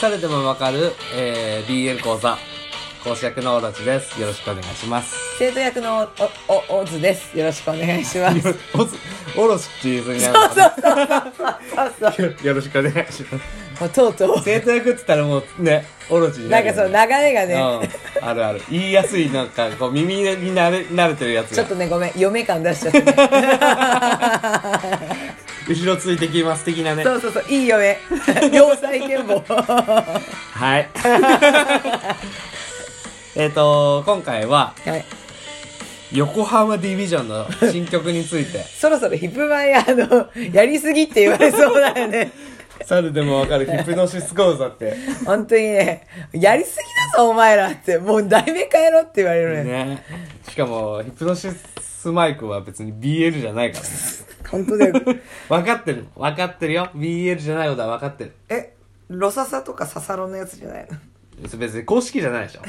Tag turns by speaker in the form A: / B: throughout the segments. A: 疲れてもわかる、えー、BL 講座講師役のオロチですよろしくお願いします
B: 生徒役のおおおずです。よろしくお願いし ます。そう
A: オロ オロチっていう風にな
B: そう
A: る
B: そうそうそう。
A: の よろしくお願いします
B: もうとうとう。
A: 生徒役って言ったらもうねオロチに
B: な
A: なんる
B: かその
A: よ
B: 流
A: ね
B: れがね、
A: うん、あるある言いやすいなんかこう耳に慣れ慣れてるやつ
B: ち
A: が
B: ょっとね、ごめん、嫁感出しちゃって ね。
A: 後ろついてきます的なね
B: そうそうそう、いい嫁。 要塞剣謀。は。、
A: はい。えっと、今回はい横浜ディビジョンの新曲につい て
B: そろそろヒップマイ、あの、 やりすぎって言われそうだよね。
A: 猿でもわかるヒプノシス講座って。
B: 本当にね、やりすぎだぞ、お前らって。もう、題名変えろって言われるね。
A: ね。しかも、ヒプノシスマイクは別に BL じゃないから、ね。
B: 本当だよ。
A: 分かってる。分かってるよ。BL じゃないことは分かってる。
B: え、ロササとかササロのやつじゃないの
A: 別に公式じゃないでしょ。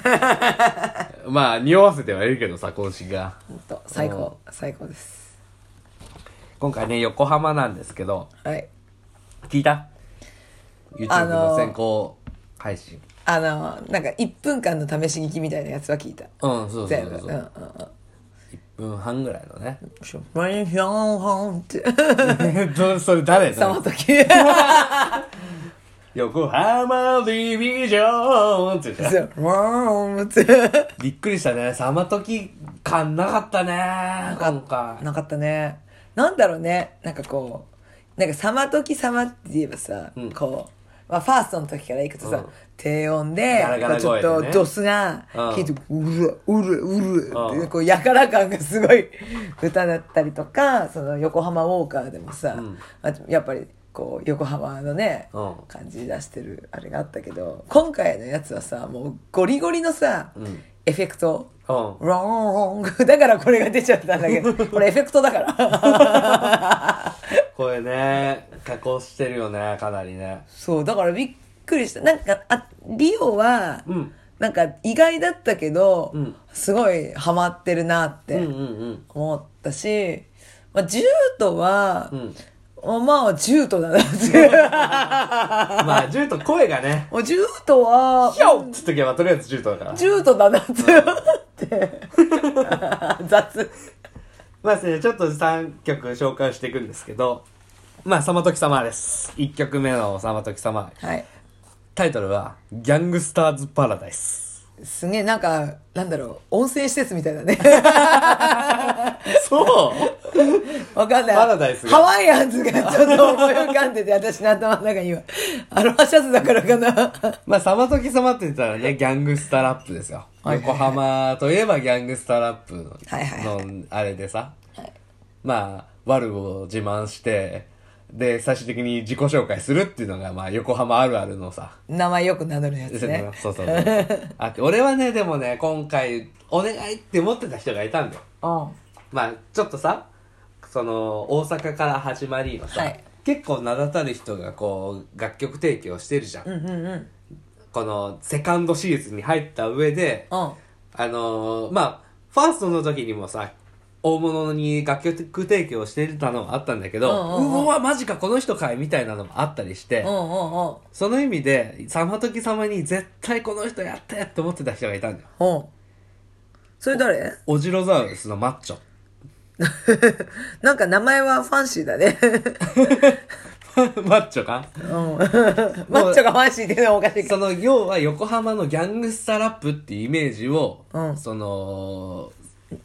A: まあ、匂わせてはいるけどさ、公式が。
B: 本当、最高、最高です。
A: 今回ね、横浜なんですけど、
B: はい。
A: 聞いた ?YouTube
B: あの
A: の
B: ー
A: 先行配信。
B: あの、なんか1分間の試し聞きみたいなやつは聞いた。
A: うん、そうそう
B: 全
A: そう
B: 部。うん
A: そううん
B: うんうん。
A: 1分半ぐらいのね
B: ショマリンヒョンホンって。
A: どそれ誰
B: そ
A: だ
B: の時。
A: 横浜ディビジョンって言って
B: そうワーンって。
A: びっくりしたねさまとき感なかったね今回
B: なかったね。なんだろうね。なんかこう、なんか様時様って言えばさ、
A: ん
B: こう、まあファーストの時からいくとさ、
A: うん
B: 低音で、
A: ガラガ
B: こ
A: ラ
B: うちょっ
A: 声
B: と
A: でね
B: ドスが
A: うん
B: 聞いて、うるうるうるっ
A: う
B: て、
A: ん
B: こう、やから感がすごい歌だったりとか、その横浜ウォーカーでもさ、
A: ん
B: あとやっぱり、こう横浜のね、
A: うん
B: 感じ出してるあれがあったけど今回のやつはさもうゴリゴリのさ、
A: ん
B: エフェクト
A: うん
B: ローンだからこれが出ちゃったんだ けどこれエフェクトだから
A: これね加工してるよねかなりね
B: そうだからびっくりしたなんかあリオは、
A: うん
B: なんか意外だったけど、
A: うん
B: すごいハマってるなっ
A: うんう
B: て
A: ん
B: 思ったし、まあ、ジュートは
A: う、んうん
B: まあジュートだ なって
A: まあジュート声がね
B: もうジュート
A: 「
B: は
A: ヒョウ!」っつっとけばとりあえずジュートだから
B: ジュートだなって思って 雑
A: まあですねちょっと3曲紹介していくんですけどまあ「さまとき様」です1曲目の「さまとき様」
B: はい
A: タイトルは「ギャングスターズ・パラダイス」
B: すげえなんかなんだろう温泉施設みたいだ ね
A: そう
B: わかんない。
A: パラダイスが
B: ハワイアンズがちょっと思い浮かんでて、私の頭の中には。アロハシャツだからかな。
A: まあ、さまとき様って言ったらね、ギャングスタラップですよ。
B: はいはいはい
A: 横浜といえばギャングスタラップの、
B: はいはいは
A: のあれでさ、まあ、悪を自慢して、で、最終的に自己紹介するっていうのが、まあ、横浜あるあるのさ、
B: 名前よく名乗るやつね。
A: そうそうそう。あって、俺はね、でもね、今回、お願いって思ってた人がいたんだよ。
B: うん。は
A: まあちょっとさその大阪から始まりのさ、
B: はい
A: 結構名だたる人がこう楽曲提供してるじゃん,、このセカンドシーズンに入った上で、
B: うん
A: あのーまあファーストの時にもさ大物に楽曲提供してたのはあったんだけど、
B: うんうんうん
A: わマジかこの人かいみたいなのもあったりして、
B: うんうん
A: その意味でさまとき様に絶対この人やってって思ってた人がいたんだよ
B: うん。うん。それ誰
A: オジロザウルスのマッチョ
B: なんか名前はファンシーだね。
A: マッチョか
B: うん。マッチョがファンシーっていうのはおかしいけ
A: そ
B: ど。
A: の要は横浜のギャングスタラップっていうイメージを、
B: うん
A: その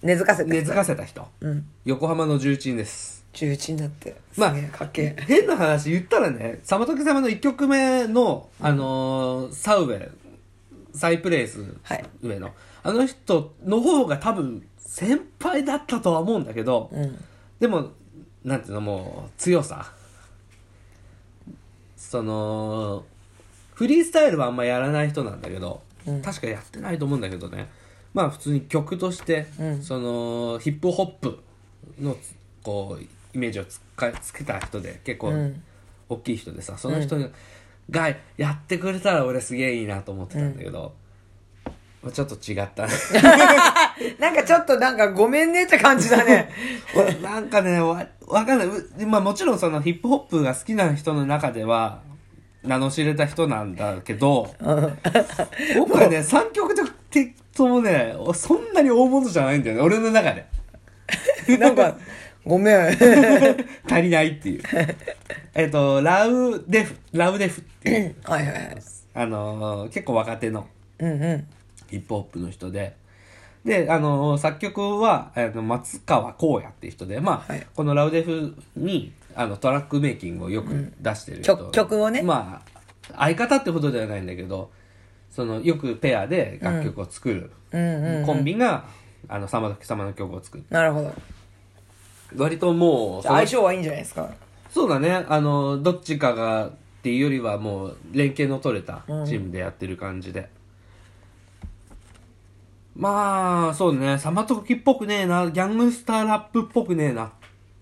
B: 根付かせて。
A: 根付かせた人、
B: うん。
A: 横浜の重鎮です
B: 重鎮だって。
A: まあ
B: すげえかっけえ。
A: 変な話言ったらね「さまとき様」の1曲目の、あのーサウェイサイプレイス
B: はい
A: 上の、あの人の方が多分先輩だったとは思うんだけど、
B: うん。
A: でもなんていうのもう強さそのフリースタイルはあんまやらない人なんだけど、確かやってないと思うんだけどねまあ普通に曲として、そのヒップホップのこうイメージをつかつけた人で結構大きい人でさ、その人がやってくれたら俺すげえいいなと思ってたんだけど、まあちょっと違ったね
B: なんかちょっとなんかごめんねって感じ だね。
A: わなんかねわわかんないうまあもちろんそのヒップホップが好きな人の中では名の知れた人なんだけど、僕はね、3曲的ともね、そんなに大物じゃないんだよね、俺の中で。
B: なんか、ごめん。
A: 足りないっていう。えっと、ラウデフ、ラウデフっていう、
B: はいはいはい。
A: あのー結構若手の
B: うんうん。
A: ヒップホップの人で、で、あのー作曲は、あの松川光也っていう人で、まあ、
B: はい
A: このラウデフに、あの、トラックメイキングをよく出してる人、
B: 曲曲をね
A: まあ、相方ってことではないんだけど、その、よくペアで楽曲を作る、コンビが、あの、様々様の曲を作る。
B: なるほど。
A: 割ともう、
B: じゃあ相性はいいんじゃないですか。
A: そうだねあのどっちかがっていうよりはもう連携の取れたチームでやってる感じで、まあそうねサマトキっぽくねえなギャングスターラップっぽくねえなっ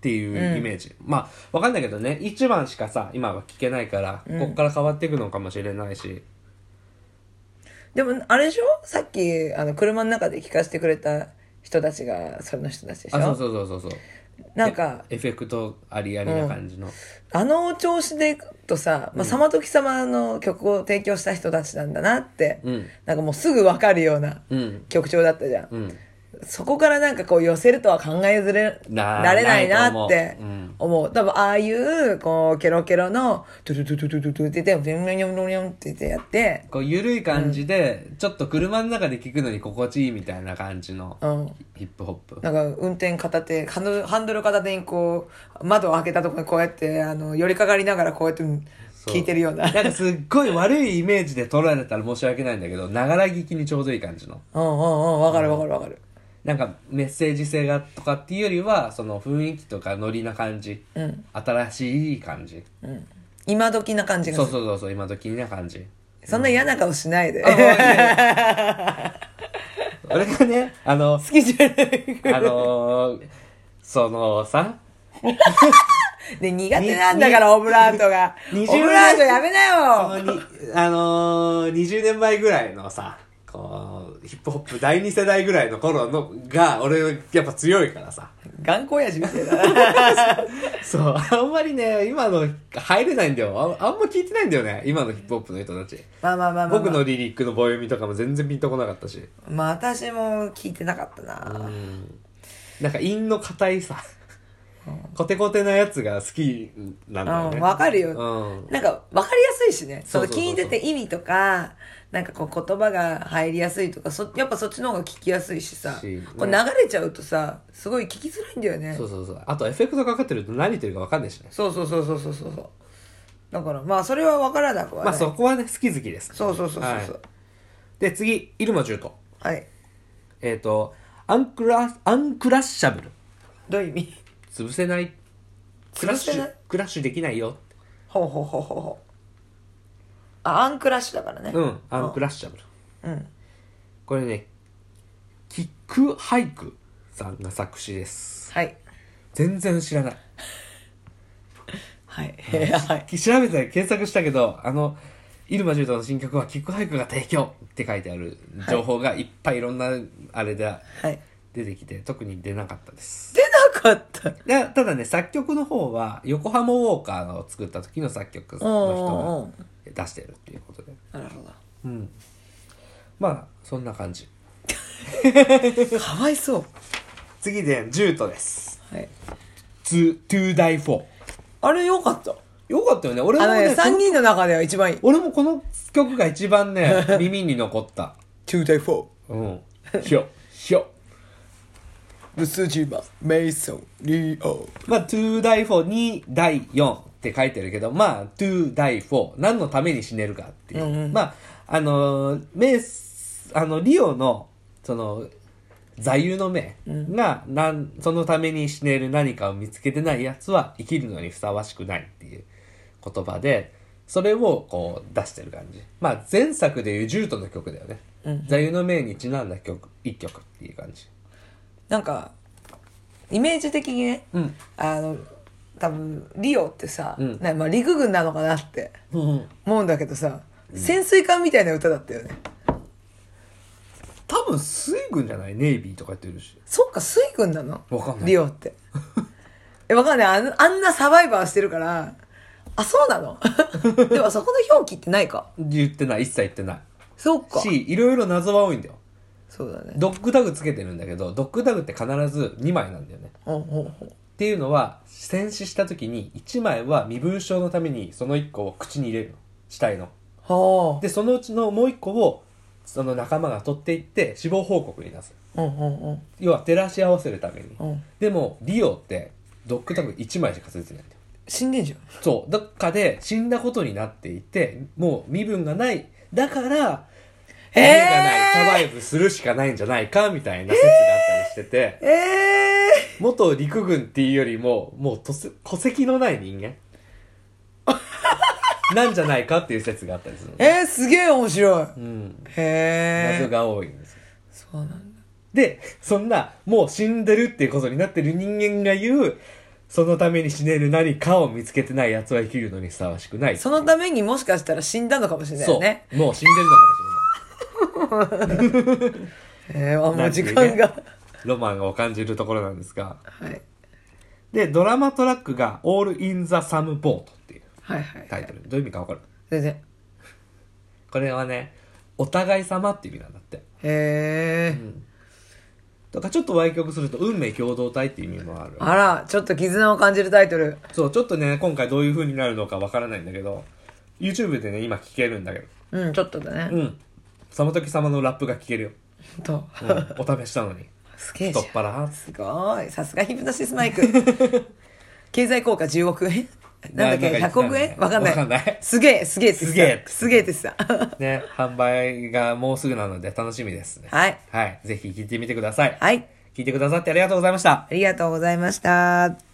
A: ていうイメージ、まあわかんないけどね1番しかさ今は聞けないから、こっから変わっていくのかもしれないし
B: でも、あれでしょさっき、あの、車の中で聞かせてくれた人たちが、その人たちでしょ
A: あそうそうそうそうそう
B: なんか、
A: エフェクトありありな感じの、
B: あの調子でいくとさ、まあ、様時様の曲を提供した人たちなんだなって、
A: うん
B: なんかもうすぐわかるような
A: うん
B: 曲調だったじゃん。
A: うん
B: そこからなんかこう寄せるとは考えずれ
A: な
B: られない
A: ないと
B: な
A: 思う
B: って
A: うん
B: 思う。多分ああいう、こう、ケロケロの、トゥトゥトゥトゥトゥトゥって言って、ニョンニョンニョンニョンニョンって言ってやって、
A: こう緩い感じで、ちょっと車の中で聞くのに心地いいみたいな感じの
B: うん。
A: ヒップホップ
B: なんか運転片手、ハンドルハンドル片手にこう、窓を開けたとこにこうやって、あの、寄りかかりながらこうやってうん
A: そう
B: 聞いてるような。
A: なんかすっごい悪いイメージで撮られたら申し訳ないんだけどながら聞きにちょうどいい感じの
B: うんうんうん、わかるわかるわかる。
A: なんかメッセージ性がとかっていうよりはその雰囲気とかノリな感じ、新しい感じ、
B: 今時な感じが
A: そう
B: する。
A: そうそうそう今時な感じ
B: そんな嫌な顔しないで。
A: 俺がねあの
B: 好きじゃない。
A: あのーそのさ
B: で、苦手なんだから、オブラートが。オ
A: 20
B: ブラートやめ
A: そ
B: な
A: の
B: よ
A: にあのー、20年前ぐらいのさこうヒップホップ第2世代ぐらいの頃のが俺やっぱ強いからさ
B: 頑固やじみたいな。
A: そうあんまりね今の入れないんだよああんま聞いてないんだよね今のヒップホップの人たち
B: まあまあまあまあまあ。
A: 僕のリリックのボリュームとかも全然ピンとこなかったし
B: まあ私も聞いてなかったな。
A: なんか韻の硬いさコテコテなやつが好きなんだよ
B: う
A: ね
B: ん、わかる
A: う
B: よ。
A: ん
B: なんか、わかりやすいしね。そ
A: そう
B: の
A: そうそうそう
B: 聞いてて意味とか、なんかこう言葉が入りやすいとか、そ、やっぱそっちの方が聞きやすいしさ。
A: し
B: こう流れちゃうとさ、すごい聞きづらいんだよね
A: そ。うそうそうあとエフェクトかかってると何言ってるかわかんないしね
B: そうそうそうそうそうそうそう。だから、まあそれはわからなくは
A: まあ
B: ない。
A: そこはね好き好きです
B: そうそうそうそうそう。
A: で次イルマ中東
B: はい。
A: えっ、とアンクラアンクラッシャブル
B: どういう意味
A: 潰せないクラッシ
B: 潰せな
A: ュ
B: い
A: クラッシュできないよ
B: ほうほうほうほうほう。あ、アンクラッシュだからね。
A: うんアンクラッシャブル
B: うん。
A: これねキックハイクさんが作詞です
B: はい。
A: 全然知らない
B: はい。はい。
A: 調べたら検索したけどあの入間柔道の新曲はキックハイクが提供って書いてある情報がいっぱいいろんなあれで
B: はい。
A: 出てきて特に出なかったです
B: 出なかった。
A: でただね作曲の方は横浜ウォーカーの作った時の作曲の人が出してるっていうことで
B: なるほど。
A: まあそんな感じ
B: かわいそう。
A: 次でジュートです
B: はい。
A: 2 to die for
B: あれよかった。
A: よかったよね俺も
B: あの
A: ね
B: ね、
A: この
B: 3人の中では一番いい。
A: 俺もこの曲が一番 ね耳に残った
B: 2対4。
A: うんひょひょ
B: ブスジマ、メイソン、リオ。
A: まあ to die for 2 die 4って書いてるけどまあ to die for 何のために死ねるかっていう、まああのーメイスあのリオのその座右の銘が、なんそのために死ねる何かを見つけてないやつは生きるのにふさわしくないっていう言葉でそれをこう出してる感じまあ前作でいうジュートの曲だよね、座右の銘にちなんだ曲一曲っていう感じ
B: なんか、イメージ的にね、
A: うん
B: あの、多分リオってさ、
A: ん
B: なまあ、陸軍なのかなって
A: うん
B: 思うんだけどさ、潜水艦みたいな歌だったよね。
A: 多分水軍じゃないネイビーとか言ってるし
B: そっか、水軍なの
A: わかんない
B: リオって。え、わかんない。あのあんなサバイバーしてるから、あ、そうなの でもそこの表記ってないか。
A: 言ってない一切言ってない
B: そっか。
A: しいろいろ謎は多いんだよ
B: そうだね。
A: ドッグタグつけてるんだけどドッグタグって必ず2枚なんだよね
B: ほうほうほう
A: っていうのは戦死した時に1枚は身分証のためにその1個を口に入れるの死体の
B: は
A: でそのうちのもう1個をその仲間が取っていって死亡報告に出す
B: あ。うんうん
A: 要は照らし合わせるために
B: うん。うん。
A: でもリオってドッグタグ1枚しか数えてないんだよ
B: 死んでんじゃん。
A: そうどっかで死んだことになっていてもう身分がないだから身分がないサバイブするしかないんじゃないかみたいな説があったりしてて、
B: ええ
A: 元陸軍っていうよりももうとせ戸籍のない人 間なんじゃないかっていう説があったりするの
B: ー、えー、すげえ面白い。
A: うん
B: へ
A: 謎
B: え。
A: が多いんですよ
B: そうなんだ。
A: でそんなもう死んでるっていうことになってる人間が言うそのために死ねる何かを見つけてない奴は生きるのにふさわしくない
B: そのためにもしかしたら死んだのかもしれない
A: そう
B: よね。
A: もう死んでるのかもし
B: えー、あ、もう時
A: なん
B: 間
A: ていうれ
B: が。
A: ないロマンを感じるところなんですが
B: はい。
A: でドラマトラックが「All in the Sam Boat」っていう
B: はいはい。
A: タイトルどういう意味かわかる
B: 全然。
A: これはねお互い様っていう意味なんだって
B: へえ、
A: とかちょっと歪曲すると運命共同体っていう意味もある
B: あら、ちょっと絆を感じるタイトル。
A: そうちょっとね今回どういう風になるのかわからないんだけど YouTube でね今聴けるんだけど
B: うん、ちょっとだ
A: う
B: ね。
A: んその時様のラップが聴けるよ、
B: ほんと。
A: うん、お試しな のに
B: すげえじ
A: 太
B: ゃ
A: っ
B: ん。
A: 腹
B: すごい。さすがヒプノシスマイク。 経済効果10億円なんだっけ
A: なんか
B: ?100 億円わかんない。
A: わかんない
B: すげえ、すげえって言ってた
A: すげえ
B: すげえって言ってた。
A: ね販売がもうすぐなので楽しみですね
B: はい。
A: はい、ぜひ聴いてみてください、
B: はい。
A: 聴いてくださってありがとうございました
B: ありがとうございました。